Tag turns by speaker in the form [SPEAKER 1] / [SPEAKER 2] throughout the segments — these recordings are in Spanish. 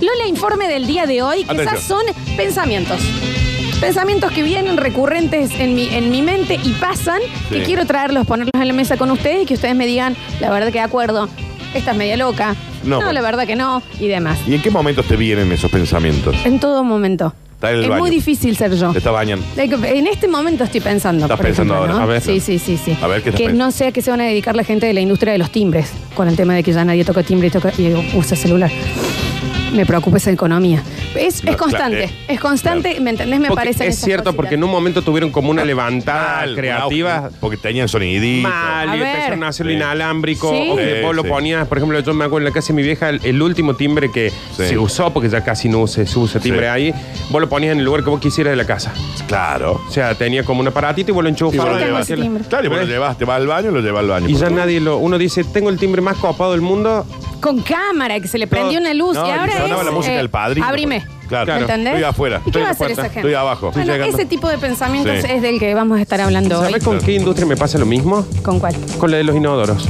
[SPEAKER 1] Lola, informe del día de hoy, quizás
[SPEAKER 2] Atención.
[SPEAKER 1] son pensamientos. Pensamientos que vienen recurrentes en mi, en mi mente y pasan, que
[SPEAKER 2] Sí.
[SPEAKER 1] quiero traerlos, ponerlos en la mesa con ustedes y que ustedes me digan, la verdad que de acuerdo, esta es media loca,
[SPEAKER 2] No,
[SPEAKER 1] no,
[SPEAKER 2] pues.
[SPEAKER 1] la verdad que no, y demás.
[SPEAKER 2] ¿Y en qué momentos te vienen esos pensamientos?
[SPEAKER 1] En todo momento.
[SPEAKER 2] Está en el
[SPEAKER 1] es
[SPEAKER 2] baño.
[SPEAKER 1] muy difícil ser yo.
[SPEAKER 2] Te está bañando.
[SPEAKER 1] En este momento estoy pensando.
[SPEAKER 2] Estás
[SPEAKER 1] por
[SPEAKER 2] pensando
[SPEAKER 1] ejemplo,
[SPEAKER 2] ahora.
[SPEAKER 1] ¿no?
[SPEAKER 2] A ver.
[SPEAKER 1] Sí, sí, sí, sí.
[SPEAKER 2] A ver, ¿qué estás
[SPEAKER 1] Que
[SPEAKER 2] pensando?
[SPEAKER 1] no sea que se van a dedicar la gente de la industria de los timbres con el tema de que ya nadie toca timbre y, toca, y usa celular. Me preocupa esa economía. Es,
[SPEAKER 2] No,
[SPEAKER 1] es constante,
[SPEAKER 2] claro, eh,
[SPEAKER 1] es constante, ¿me entendés? Me
[SPEAKER 3] Porque
[SPEAKER 1] parece.
[SPEAKER 3] es cierto, porque en un momento tuvieron como una levantada
[SPEAKER 2] Mal,
[SPEAKER 3] creativa.
[SPEAKER 2] Ah, porque- Porque tenían soniditos.
[SPEAKER 3] Mal,
[SPEAKER 1] A
[SPEAKER 3] y
[SPEAKER 1] ver.
[SPEAKER 3] empezaron a hacerlo
[SPEAKER 2] Sí.
[SPEAKER 3] inalámbrico.
[SPEAKER 1] Sí.
[SPEAKER 3] O que
[SPEAKER 2] Sí,
[SPEAKER 3] vos lo
[SPEAKER 2] sí.
[SPEAKER 3] ponías, por ejemplo, yo me acuerdo en la casa de mi vieja, el, el último timbre que
[SPEAKER 2] Sí.
[SPEAKER 3] se usó, porque ya casi no se se usa
[SPEAKER 2] Sí.
[SPEAKER 3] timbre ahí, vos lo ponías en el lugar que vos quisieras de la casa.
[SPEAKER 2] Claro.
[SPEAKER 3] O sea, tenía como un aparatito y vos lo
[SPEAKER 2] Y vos
[SPEAKER 3] enchufabas.
[SPEAKER 2] lo
[SPEAKER 1] Ahora tengo
[SPEAKER 2] llevas.
[SPEAKER 1] ese timbre.
[SPEAKER 2] Claro, y vos lo llevas, te va al baño, lo llevas al baño.
[SPEAKER 3] Y ya nadie lo. Uno dice, tengo el timbre más copado del mundo.
[SPEAKER 1] Con cámara, que se le prendió una luz
[SPEAKER 2] No,
[SPEAKER 1] y ahora
[SPEAKER 2] sonaba
[SPEAKER 1] es,
[SPEAKER 2] la música
[SPEAKER 1] eh,
[SPEAKER 2] del padrino. pues.
[SPEAKER 1] Abrime.
[SPEAKER 2] Claro.
[SPEAKER 1] ¿Me ¿Entendés?
[SPEAKER 2] Estoy afuera.
[SPEAKER 1] ¿Y qué
[SPEAKER 2] Estoy
[SPEAKER 1] va a
[SPEAKER 2] en la
[SPEAKER 1] hacer
[SPEAKER 2] puerta.
[SPEAKER 1] esa gente?
[SPEAKER 2] Estoy abajo.
[SPEAKER 1] Bueno,
[SPEAKER 2] Estoy llegando.
[SPEAKER 1] ese tipo de pensamientos
[SPEAKER 2] Sí.
[SPEAKER 1] es del que vamos a estar hablando hoy.
[SPEAKER 3] ¿Sabés con qué industria me pasa lo mismo?
[SPEAKER 1] ¿Con cuál?
[SPEAKER 3] Con la de los inodoros.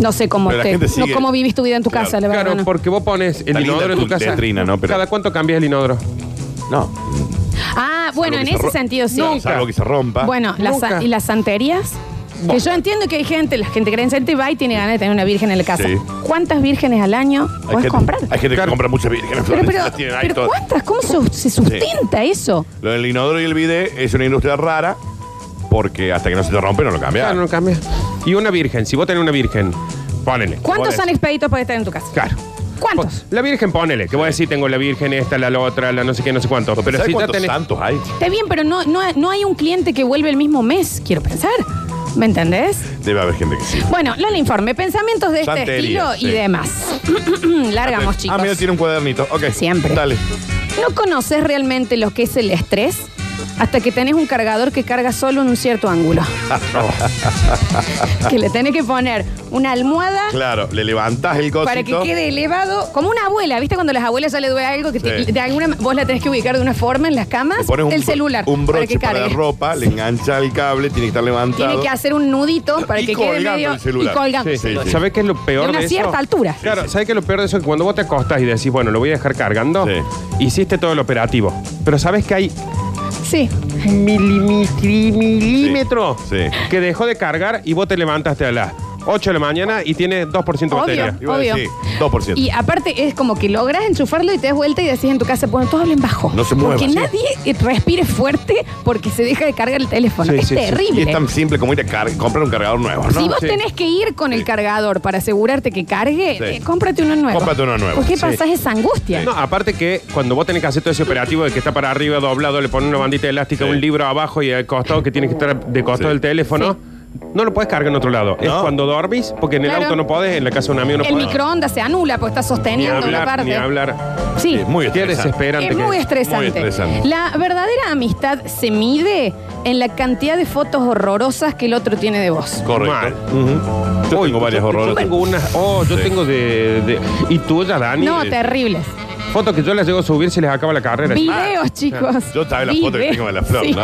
[SPEAKER 1] No sé cómo,
[SPEAKER 2] Pero la
[SPEAKER 1] te-
[SPEAKER 2] gente
[SPEAKER 1] no-
[SPEAKER 2] sigue-
[SPEAKER 1] cómo vivís tu vida en tu
[SPEAKER 2] Claro.
[SPEAKER 1] casa, la verdad.
[SPEAKER 3] Claro,
[SPEAKER 1] no.
[SPEAKER 3] porque vos pones el
[SPEAKER 2] Está linda
[SPEAKER 3] inodoro en
[SPEAKER 2] tu
[SPEAKER 3] tu casa.
[SPEAKER 2] letrina, ¿no? Pero-
[SPEAKER 3] ¿Cada cuánto cambias el inodoro?
[SPEAKER 2] No.
[SPEAKER 1] Ah, bueno, en
[SPEAKER 2] Salvo que se
[SPEAKER 1] ese
[SPEAKER 2] ro-
[SPEAKER 1] sentido sí.
[SPEAKER 2] Claro, Salvo que se rompa.
[SPEAKER 1] Bueno, las
[SPEAKER 3] Nunca.
[SPEAKER 1] sa- y las santerías. Que yo entiendo que hay gente, la gente creyente y va y tiene ganas de tener una virgen en la casa.
[SPEAKER 2] Sí.
[SPEAKER 1] ¿Cuántas vírgenes al año
[SPEAKER 2] Hay
[SPEAKER 1] puedes
[SPEAKER 2] gente-
[SPEAKER 1] comprar?
[SPEAKER 2] Hay gente que
[SPEAKER 3] Claro.
[SPEAKER 2] compra muchas vírgenes.
[SPEAKER 1] Pero, pero,
[SPEAKER 2] las tienen ahí
[SPEAKER 1] pero
[SPEAKER 2] todas.
[SPEAKER 1] ¿cuántas? ¿Cómo se, se sustenta eso?
[SPEAKER 2] Lo del inodoro y el bidé es una industria rara porque hasta que no se te rompe no lo cambias.
[SPEAKER 3] Claro, no cambias. Y una virgen, si vos tenés una virgen, ponele.
[SPEAKER 1] ¿Cuántos
[SPEAKER 3] Ponele.
[SPEAKER 1] son expeditos puedes tener en tu casa?
[SPEAKER 3] Claro.
[SPEAKER 2] Pues-
[SPEAKER 1] ¿Cuántos?
[SPEAKER 3] La virgen, ponele. Que voy a decir, tengo la virgen, esta, la, la otra, la no sé qué, no sé cuánto. Pero
[SPEAKER 2] ¿Sabes
[SPEAKER 3] si ya
[SPEAKER 2] cuántos
[SPEAKER 3] tenés.
[SPEAKER 2] santos hay?
[SPEAKER 1] Está bien, pero no, no, no hay un cliente que vuelve el mismo mes, quiero pensar. ¿Me entendés?
[SPEAKER 2] Debe haber gente que sí.
[SPEAKER 1] Bueno, Lola Informe, pensamientos de este
[SPEAKER 2] Santería,
[SPEAKER 1] estilo y
[SPEAKER 2] sí.
[SPEAKER 1] demás. Largamos, chicos.
[SPEAKER 2] Ah, mira, tiene un cuadernito. Ok.
[SPEAKER 1] Siempre.
[SPEAKER 2] Dale.
[SPEAKER 1] No conoces realmente lo que es el estrés hasta que tenés un cargador que carga solo en un cierto ángulo. que le tenés que poner una almohada
[SPEAKER 2] Claro, le levantás el cosito.
[SPEAKER 1] para que quede elevado, como una abuela. ¿Viste cuando a las abuelas ya le duele algo? que te-
[SPEAKER 2] Sí.
[SPEAKER 1] de alguna, Vos la tenés que ubicar de una forma en las
[SPEAKER 2] Le
[SPEAKER 1] camas.
[SPEAKER 2] pones un
[SPEAKER 1] el
[SPEAKER 2] bro-
[SPEAKER 1] celular.
[SPEAKER 2] Un broche para,
[SPEAKER 1] para que
[SPEAKER 2] la
[SPEAKER 1] cargue.
[SPEAKER 2] ropa, le engancha el cable, tiene que estar levantado.
[SPEAKER 1] Tiene que hacer un nudito para
[SPEAKER 2] Y
[SPEAKER 1] que quede
[SPEAKER 2] colgando
[SPEAKER 1] medio
[SPEAKER 2] el celular.
[SPEAKER 1] y colgando.
[SPEAKER 3] Sí,
[SPEAKER 1] el celular.
[SPEAKER 2] sí.
[SPEAKER 3] ¿Sabés qué es lo peor
[SPEAKER 1] De una
[SPEAKER 3] eso?
[SPEAKER 1] cierta altura.
[SPEAKER 3] Claro, ¿sabés qué es lo peor de eso? Que cuando vos te acostás y decís, bueno, lo voy a dejar cargando,
[SPEAKER 2] Sí.
[SPEAKER 3] hiciste todo el operativo. Pero ¿sabés que hay
[SPEAKER 1] Sí.
[SPEAKER 3] milimitri- milímetro
[SPEAKER 2] Sí.
[SPEAKER 3] que dejó de cargar y vos te levantaste a las 8 de la mañana y tiene 2% de
[SPEAKER 1] Obvio.
[SPEAKER 3] batería?
[SPEAKER 2] Iba a
[SPEAKER 1] Obvio.
[SPEAKER 2] decir, 2%.
[SPEAKER 1] Y aparte es como que logras enchufarlo y te das vuelta y decís en tu casa, bueno, todos hablen bajo.
[SPEAKER 2] No se muevan,
[SPEAKER 1] Porque
[SPEAKER 2] sí.
[SPEAKER 1] nadie respire fuerte porque se deja de cargar el teléfono.
[SPEAKER 3] Sí,
[SPEAKER 1] es
[SPEAKER 3] sí, sí.
[SPEAKER 2] Y
[SPEAKER 1] terrible.
[SPEAKER 2] es tan simple como ir a car- comprar un cargador nuevo, ¿no?
[SPEAKER 1] si vos
[SPEAKER 3] Sí.
[SPEAKER 1] tenés que ir con el
[SPEAKER 2] Sí.
[SPEAKER 1] cargador para asegurarte que cargue,
[SPEAKER 2] Sí.
[SPEAKER 1] eh, cómprate uno nuevo.
[SPEAKER 2] Cómprate uno nuevo,
[SPEAKER 1] ¿Por qué
[SPEAKER 2] sí.
[SPEAKER 1] pasás esa angustia?
[SPEAKER 3] No, aparte que cuando vos tenés que hacer todo ese operativo de que está para arriba doblado, le pones una bandita elástica,
[SPEAKER 2] Sí.
[SPEAKER 3] un libro abajo y al costado que tiene que estar de costado
[SPEAKER 2] Sí.
[SPEAKER 3] del teléfono, no lo puedes cargar en otro lado. Es
[SPEAKER 2] No.
[SPEAKER 3] cuando dormís, porque en el
[SPEAKER 1] Claro.
[SPEAKER 3] auto no podés, en la casa de un amigo no
[SPEAKER 1] el
[SPEAKER 3] podés.
[SPEAKER 1] microondas se anula porque estás
[SPEAKER 3] Ni
[SPEAKER 1] sosteniendo una
[SPEAKER 3] hablar,
[SPEAKER 1] parte.
[SPEAKER 3] ni hablar.
[SPEAKER 1] Sí.
[SPEAKER 2] Es muy
[SPEAKER 3] Qué
[SPEAKER 2] estresante.
[SPEAKER 3] desesperante
[SPEAKER 1] Es
[SPEAKER 3] que
[SPEAKER 1] muy estresante.
[SPEAKER 2] Muy estresante.
[SPEAKER 1] La verdadera amistad se mide en la cantidad de fotos horrorosas que el otro tiene de vos.
[SPEAKER 2] Correcto. Ujú. Yo
[SPEAKER 3] Uy,
[SPEAKER 2] tengo varias
[SPEAKER 3] yo- Yo
[SPEAKER 2] horrorosas.
[SPEAKER 3] tengo unas. Oh, yo
[SPEAKER 2] Sí.
[SPEAKER 3] tengo de, de- ¿Y tuya, Dani?
[SPEAKER 1] No,
[SPEAKER 3] Eh,
[SPEAKER 1] terribles.
[SPEAKER 3] Fotos que yo las llego a subir si les acaba la carrera.
[SPEAKER 1] Videos, chicos.
[SPEAKER 2] Yo sabés la foto que
[SPEAKER 1] Videos.
[SPEAKER 2] tengo de la flor,
[SPEAKER 1] Sí.
[SPEAKER 2] ¿no?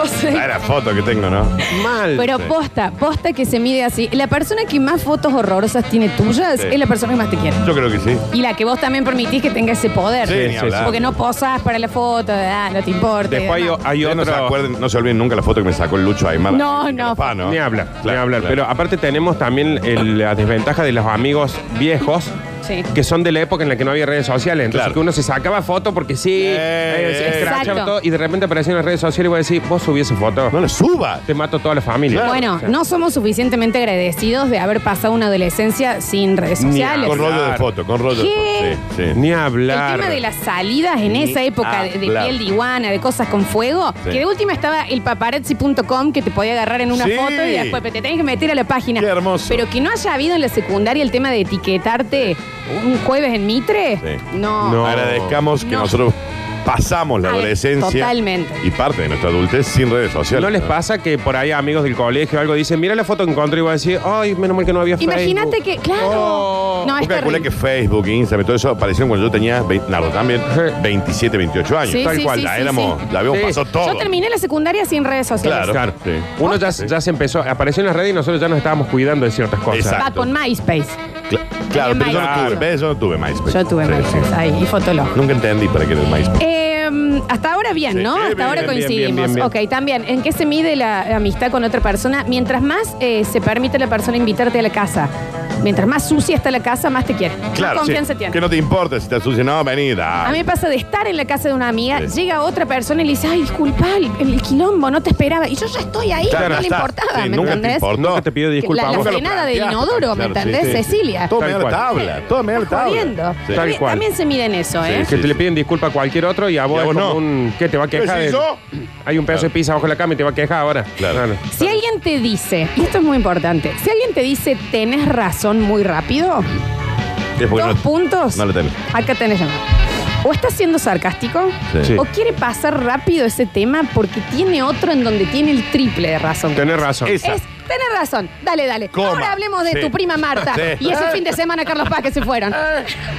[SPEAKER 1] Vos sabés.
[SPEAKER 2] Sabés la foto que tengo, ¿no?
[SPEAKER 3] Mal.
[SPEAKER 1] Pero posta, posta que se mide así. La persona que más fotos horrorosas tiene tuyas
[SPEAKER 2] Sí.
[SPEAKER 1] es la persona que más te quiere.
[SPEAKER 2] Yo creo que sí.
[SPEAKER 1] Y la que vos también permitís que tenga ese poder.
[SPEAKER 2] Sí, ni hablar.
[SPEAKER 1] Porque no posás para la foto, ah, no te importa. y
[SPEAKER 3] Después hay,
[SPEAKER 1] demás.
[SPEAKER 3] hay
[SPEAKER 2] Ustedes
[SPEAKER 3] otro.
[SPEAKER 2] no se acuerden, no se olviden nunca la foto que me sacó el Lucho Aymar.
[SPEAKER 1] No,
[SPEAKER 2] Que
[SPEAKER 1] no.
[SPEAKER 2] papá,
[SPEAKER 3] Ni hablar, ni
[SPEAKER 2] Ah, Claro,
[SPEAKER 3] hablar.
[SPEAKER 2] claro.
[SPEAKER 3] Pero aparte tenemos también el- la desventaja de los amigos viejos.
[SPEAKER 1] Sí.
[SPEAKER 3] Que son de la época en la que no había redes sociales. Entonces
[SPEAKER 2] Claro.
[SPEAKER 3] que uno se sacaba foto porque sí, eh, se
[SPEAKER 2] exacto.
[SPEAKER 3] escrachaba todo, y de repente aparecían las redes sociales y vos decís, vos subí esa foto,
[SPEAKER 2] No le suba.
[SPEAKER 3] te mato toda la familia.
[SPEAKER 2] Claro.
[SPEAKER 1] Bueno,
[SPEAKER 3] O sea,
[SPEAKER 1] no somos suficientemente agradecidos de haber pasado una adolescencia sin redes
[SPEAKER 3] Ni
[SPEAKER 1] sociales.
[SPEAKER 2] Con rollo de
[SPEAKER 3] Claro.
[SPEAKER 2] foto, con rollo
[SPEAKER 1] ¿Qué?
[SPEAKER 2] de foto. Sí, sí.
[SPEAKER 3] Ni
[SPEAKER 1] El
[SPEAKER 3] hablar.
[SPEAKER 1] tema de las salidas en
[SPEAKER 2] Ni
[SPEAKER 1] esa época de, de
[SPEAKER 2] hablar.
[SPEAKER 1] piel de iguana, de cosas con fuego,
[SPEAKER 2] Sí.
[SPEAKER 1] que de última estaba el paparazzi.com que te podía agarrar en una
[SPEAKER 2] Sí.
[SPEAKER 1] foto y después te tenés que meter a la página.
[SPEAKER 2] Qué hermoso.
[SPEAKER 1] Pero que no haya habido en la secundaria el tema de etiquetarte un jueves en Mitre,
[SPEAKER 2] Sí.
[SPEAKER 1] no.
[SPEAKER 3] No.
[SPEAKER 2] Agradezcamos que
[SPEAKER 1] No.
[SPEAKER 2] nosotros pasamos la
[SPEAKER 1] Ay,
[SPEAKER 2] adolescencia.
[SPEAKER 1] totalmente.
[SPEAKER 2] Y parte de nuestra adultez sin redes sociales.
[SPEAKER 3] ¿No les pasa que por ahí amigos del colegio o algo dicen, mira la foto que encontré y voy a decir, ay, menos mal que no había
[SPEAKER 1] Imagínate que,
[SPEAKER 3] Facebook"?
[SPEAKER 1] claro.
[SPEAKER 3] Oh.
[SPEAKER 1] no,
[SPEAKER 2] Yo
[SPEAKER 1] es
[SPEAKER 2] calculé
[SPEAKER 1] terrible.
[SPEAKER 2] que Facebook, Instagram, y todo eso aparecieron cuando yo tenía, ve- Nardo también,
[SPEAKER 3] Sí.
[SPEAKER 2] 27, 28 años.
[SPEAKER 1] Sí,
[SPEAKER 2] tal
[SPEAKER 1] sí,
[SPEAKER 2] cual,
[SPEAKER 1] sí,
[SPEAKER 2] la
[SPEAKER 1] sí,
[SPEAKER 2] éramos,
[SPEAKER 1] sí.
[SPEAKER 2] la habíamos
[SPEAKER 3] Sí.
[SPEAKER 2] pasado todo.
[SPEAKER 1] Yo terminé la secundaria sin redes sociales.
[SPEAKER 2] Claro.
[SPEAKER 3] Claro.
[SPEAKER 2] Sí.
[SPEAKER 3] Uno ya, ya se empezó, apareció en las redes y nosotros ya nos estábamos cuidando de ciertas cosas.
[SPEAKER 2] Exacto.
[SPEAKER 1] Va con MySpace.
[SPEAKER 2] Cla- Claro,
[SPEAKER 1] Tenía
[SPEAKER 2] pero yo no
[SPEAKER 1] MySpace.
[SPEAKER 2] tuve, ¿ves? Yo no tuve MySpace.
[SPEAKER 1] Yo tuve
[SPEAKER 2] Sí,
[SPEAKER 1] MySpace
[SPEAKER 2] sí.
[SPEAKER 1] ahí y Fotolog.
[SPEAKER 2] Nunca entendí para qué era el MySpace.
[SPEAKER 1] Eh, hasta ahora bien,
[SPEAKER 2] Sí,
[SPEAKER 1] ¿no?
[SPEAKER 2] sí,
[SPEAKER 1] hasta
[SPEAKER 2] bien,
[SPEAKER 1] ahora
[SPEAKER 2] bien,
[SPEAKER 1] coincidimos.
[SPEAKER 3] bien, bien, bien.
[SPEAKER 1] Ok, también, ¿en qué se mide la amistad con otra persona? Mientras más eh, se permite la persona invitarte a la casa, mientras más sucia está la casa, más te quiere.
[SPEAKER 2] Claro,
[SPEAKER 1] más confianza
[SPEAKER 2] sí.
[SPEAKER 1] tiene.
[SPEAKER 2] Que no te importa si estás sucio. No, venida.
[SPEAKER 1] A mí me pasa de estar en la casa de una amiga,
[SPEAKER 2] Sí.
[SPEAKER 1] llega otra persona y le dice, ay, disculpa, el, el quilombo, no te esperaba. Y yo ya estoy ahí,
[SPEAKER 2] Claro,
[SPEAKER 1] no le
[SPEAKER 2] está.
[SPEAKER 1] importaba,
[SPEAKER 2] Sí,
[SPEAKER 1] ¿me
[SPEAKER 2] nunca te
[SPEAKER 1] entendés?
[SPEAKER 2] importó.
[SPEAKER 3] Nunca te pido disculpas.
[SPEAKER 1] La- la
[SPEAKER 3] vos.
[SPEAKER 2] Nunca lo
[SPEAKER 1] frenada del
[SPEAKER 2] planteaste,
[SPEAKER 1] inodoro, ¿me
[SPEAKER 2] claro, sí,
[SPEAKER 1] entendés,
[SPEAKER 2] sí, sí.
[SPEAKER 1] Cecilia?
[SPEAKER 2] Todo
[SPEAKER 3] Tal
[SPEAKER 2] medio la
[SPEAKER 3] cual.
[SPEAKER 2] tabla, todo medio la tabla.
[SPEAKER 1] Jodiendo.
[SPEAKER 2] Sí.
[SPEAKER 3] Tal
[SPEAKER 1] También,
[SPEAKER 3] cual.
[SPEAKER 1] también se miden eso, ¿eh?
[SPEAKER 3] que
[SPEAKER 2] Sí,
[SPEAKER 3] te
[SPEAKER 2] sí.
[SPEAKER 3] le piden disculpas a cualquier otro y a vos,
[SPEAKER 2] Y a
[SPEAKER 3] es
[SPEAKER 2] vos
[SPEAKER 3] como
[SPEAKER 2] no.
[SPEAKER 3] un... ¿Qué te va a
[SPEAKER 2] ¿Qué
[SPEAKER 3] quejar?
[SPEAKER 2] decís
[SPEAKER 3] del-
[SPEAKER 2] yo?
[SPEAKER 3] Hay un pedazo de
[SPEAKER 2] Claro.
[SPEAKER 3] pizza bajo la cama y te va a quejar ahora.
[SPEAKER 2] Claro.
[SPEAKER 1] Si alguien te dice, y esto es muy importante, si alguien te dice tenés razón muy rápido,
[SPEAKER 2] Es porque
[SPEAKER 1] dos
[SPEAKER 2] no-
[SPEAKER 1] puntos,
[SPEAKER 2] No lo tenés.
[SPEAKER 1] acá tenés llamado. O está siendo sarcástico,
[SPEAKER 2] Sí.
[SPEAKER 3] Sí.
[SPEAKER 1] o quiere pasar rápido ese tema porque tiene otro en donde tiene el triple de razón.
[SPEAKER 3] Tenés razón.
[SPEAKER 2] Es-
[SPEAKER 1] Es, tenés razón, dale, dale.
[SPEAKER 2] Coma.
[SPEAKER 1] Ahora hablemos de
[SPEAKER 2] Sí.
[SPEAKER 1] tu prima Marta
[SPEAKER 2] Sí. Ah.
[SPEAKER 1] y ese fin de semana Carlos Paz que se fueron.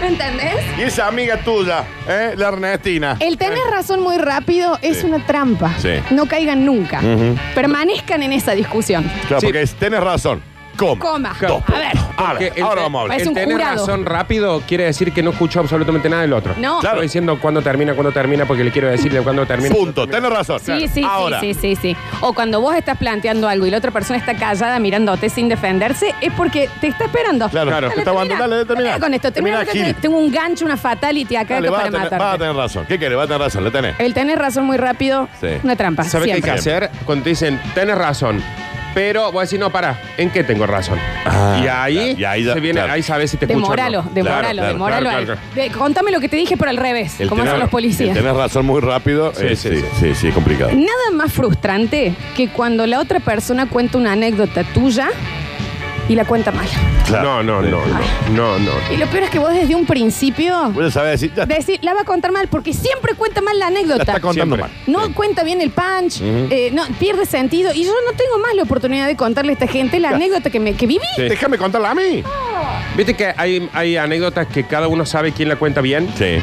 [SPEAKER 1] ¿Me entendés?
[SPEAKER 2] Y esa amiga tuya, ¿eh? la Ernestina.
[SPEAKER 1] El tener razón muy rápido es
[SPEAKER 2] Sí.
[SPEAKER 1] una trampa.
[SPEAKER 2] Sí.
[SPEAKER 1] No caigan nunca. Permanezcan en esa discusión.
[SPEAKER 2] Claro,
[SPEAKER 3] Sí.
[SPEAKER 2] porque es- tenés razón. Coma.
[SPEAKER 1] Coma.
[SPEAKER 3] Claro.
[SPEAKER 1] A ver.
[SPEAKER 2] A ver,
[SPEAKER 3] Porque el
[SPEAKER 2] ahora
[SPEAKER 3] te-
[SPEAKER 2] vamos a hablar.
[SPEAKER 1] Es
[SPEAKER 3] El
[SPEAKER 1] un
[SPEAKER 3] tener
[SPEAKER 1] jurado.
[SPEAKER 3] razón rápido quiere decir que no escuchó absolutamente nada del otro.
[SPEAKER 1] No.
[SPEAKER 2] Claro.
[SPEAKER 3] Estoy diciendo cuándo termina, cuándo termina, porque le quiero decirle cuándo termina.
[SPEAKER 2] Punto, tenés razón.
[SPEAKER 1] Sí, sí,
[SPEAKER 2] ahora.
[SPEAKER 1] sí, sí, sí, sí. O cuando vos estás planteando algo y la otra persona está callada mirándote sin defenderse, es porque te está esperando.
[SPEAKER 2] Claro,
[SPEAKER 3] Claro.
[SPEAKER 2] te está aguantando. Dale, termina.
[SPEAKER 1] Con esto, termina,
[SPEAKER 2] Termina, Gil.
[SPEAKER 1] tengo un gancho, una fatality acá
[SPEAKER 2] Dale,
[SPEAKER 1] que
[SPEAKER 2] vas
[SPEAKER 1] para
[SPEAKER 2] a, tener, vas a
[SPEAKER 1] matarte.
[SPEAKER 2] tener razón. ¿Qué querés? Vas a tener razón, lo tenés.
[SPEAKER 1] El tener razón muy rápido,
[SPEAKER 2] Sí.
[SPEAKER 1] una trampa.
[SPEAKER 3] ¿Sabes qué hay que
[SPEAKER 1] siempre.
[SPEAKER 3] hacer? Cuando te dicen, tenés razón. Pero voy a decir, no, pará, ¿en qué tengo razón?
[SPEAKER 2] Ah,
[SPEAKER 3] y ahí,
[SPEAKER 2] claro, y ahí ya-
[SPEAKER 3] se viene,
[SPEAKER 2] claro.
[SPEAKER 3] ahí sabes si te escucho. o no.
[SPEAKER 1] Demoralo, demoralo,
[SPEAKER 2] claro,
[SPEAKER 1] demoralo.
[SPEAKER 3] claro,
[SPEAKER 1] ahí.
[SPEAKER 3] claro,
[SPEAKER 1] De- contame lo que te dije, pero al revés,
[SPEAKER 2] El
[SPEAKER 1] como
[SPEAKER 2] tener-
[SPEAKER 1] hacen los
[SPEAKER 2] el
[SPEAKER 1] policías.
[SPEAKER 2] Tener razón muy rápido.
[SPEAKER 3] Sí,
[SPEAKER 2] eh,
[SPEAKER 3] sí,
[SPEAKER 2] sí, sí,
[SPEAKER 3] sí.
[SPEAKER 2] sí, es complicado.
[SPEAKER 1] Nada más frustrante que cuando la otra persona cuenta una anécdota tuya y la cuenta mal.
[SPEAKER 2] Claro.
[SPEAKER 3] No, no, no,
[SPEAKER 2] Sí.
[SPEAKER 3] no, no, no.
[SPEAKER 1] Y lo peor es que vos desde un principio
[SPEAKER 2] Vos ya sabés decir, ya está,
[SPEAKER 1] decís, la va a contar mal, porque siempre cuenta mal la
[SPEAKER 2] la
[SPEAKER 1] anécdota.
[SPEAKER 2] está contando
[SPEAKER 3] Siempre.
[SPEAKER 2] mal.
[SPEAKER 1] No cuenta bien el punch, eh, no, pierde sentido. Y yo no tengo más la oportunidad de contarle a esta gente la anécdota que, me, que viví.
[SPEAKER 3] Sí.
[SPEAKER 2] Déjame contarla a mí.
[SPEAKER 3] Viste que hay, hay anécdotas que cada uno sabe quién la cuenta bien
[SPEAKER 2] Sí.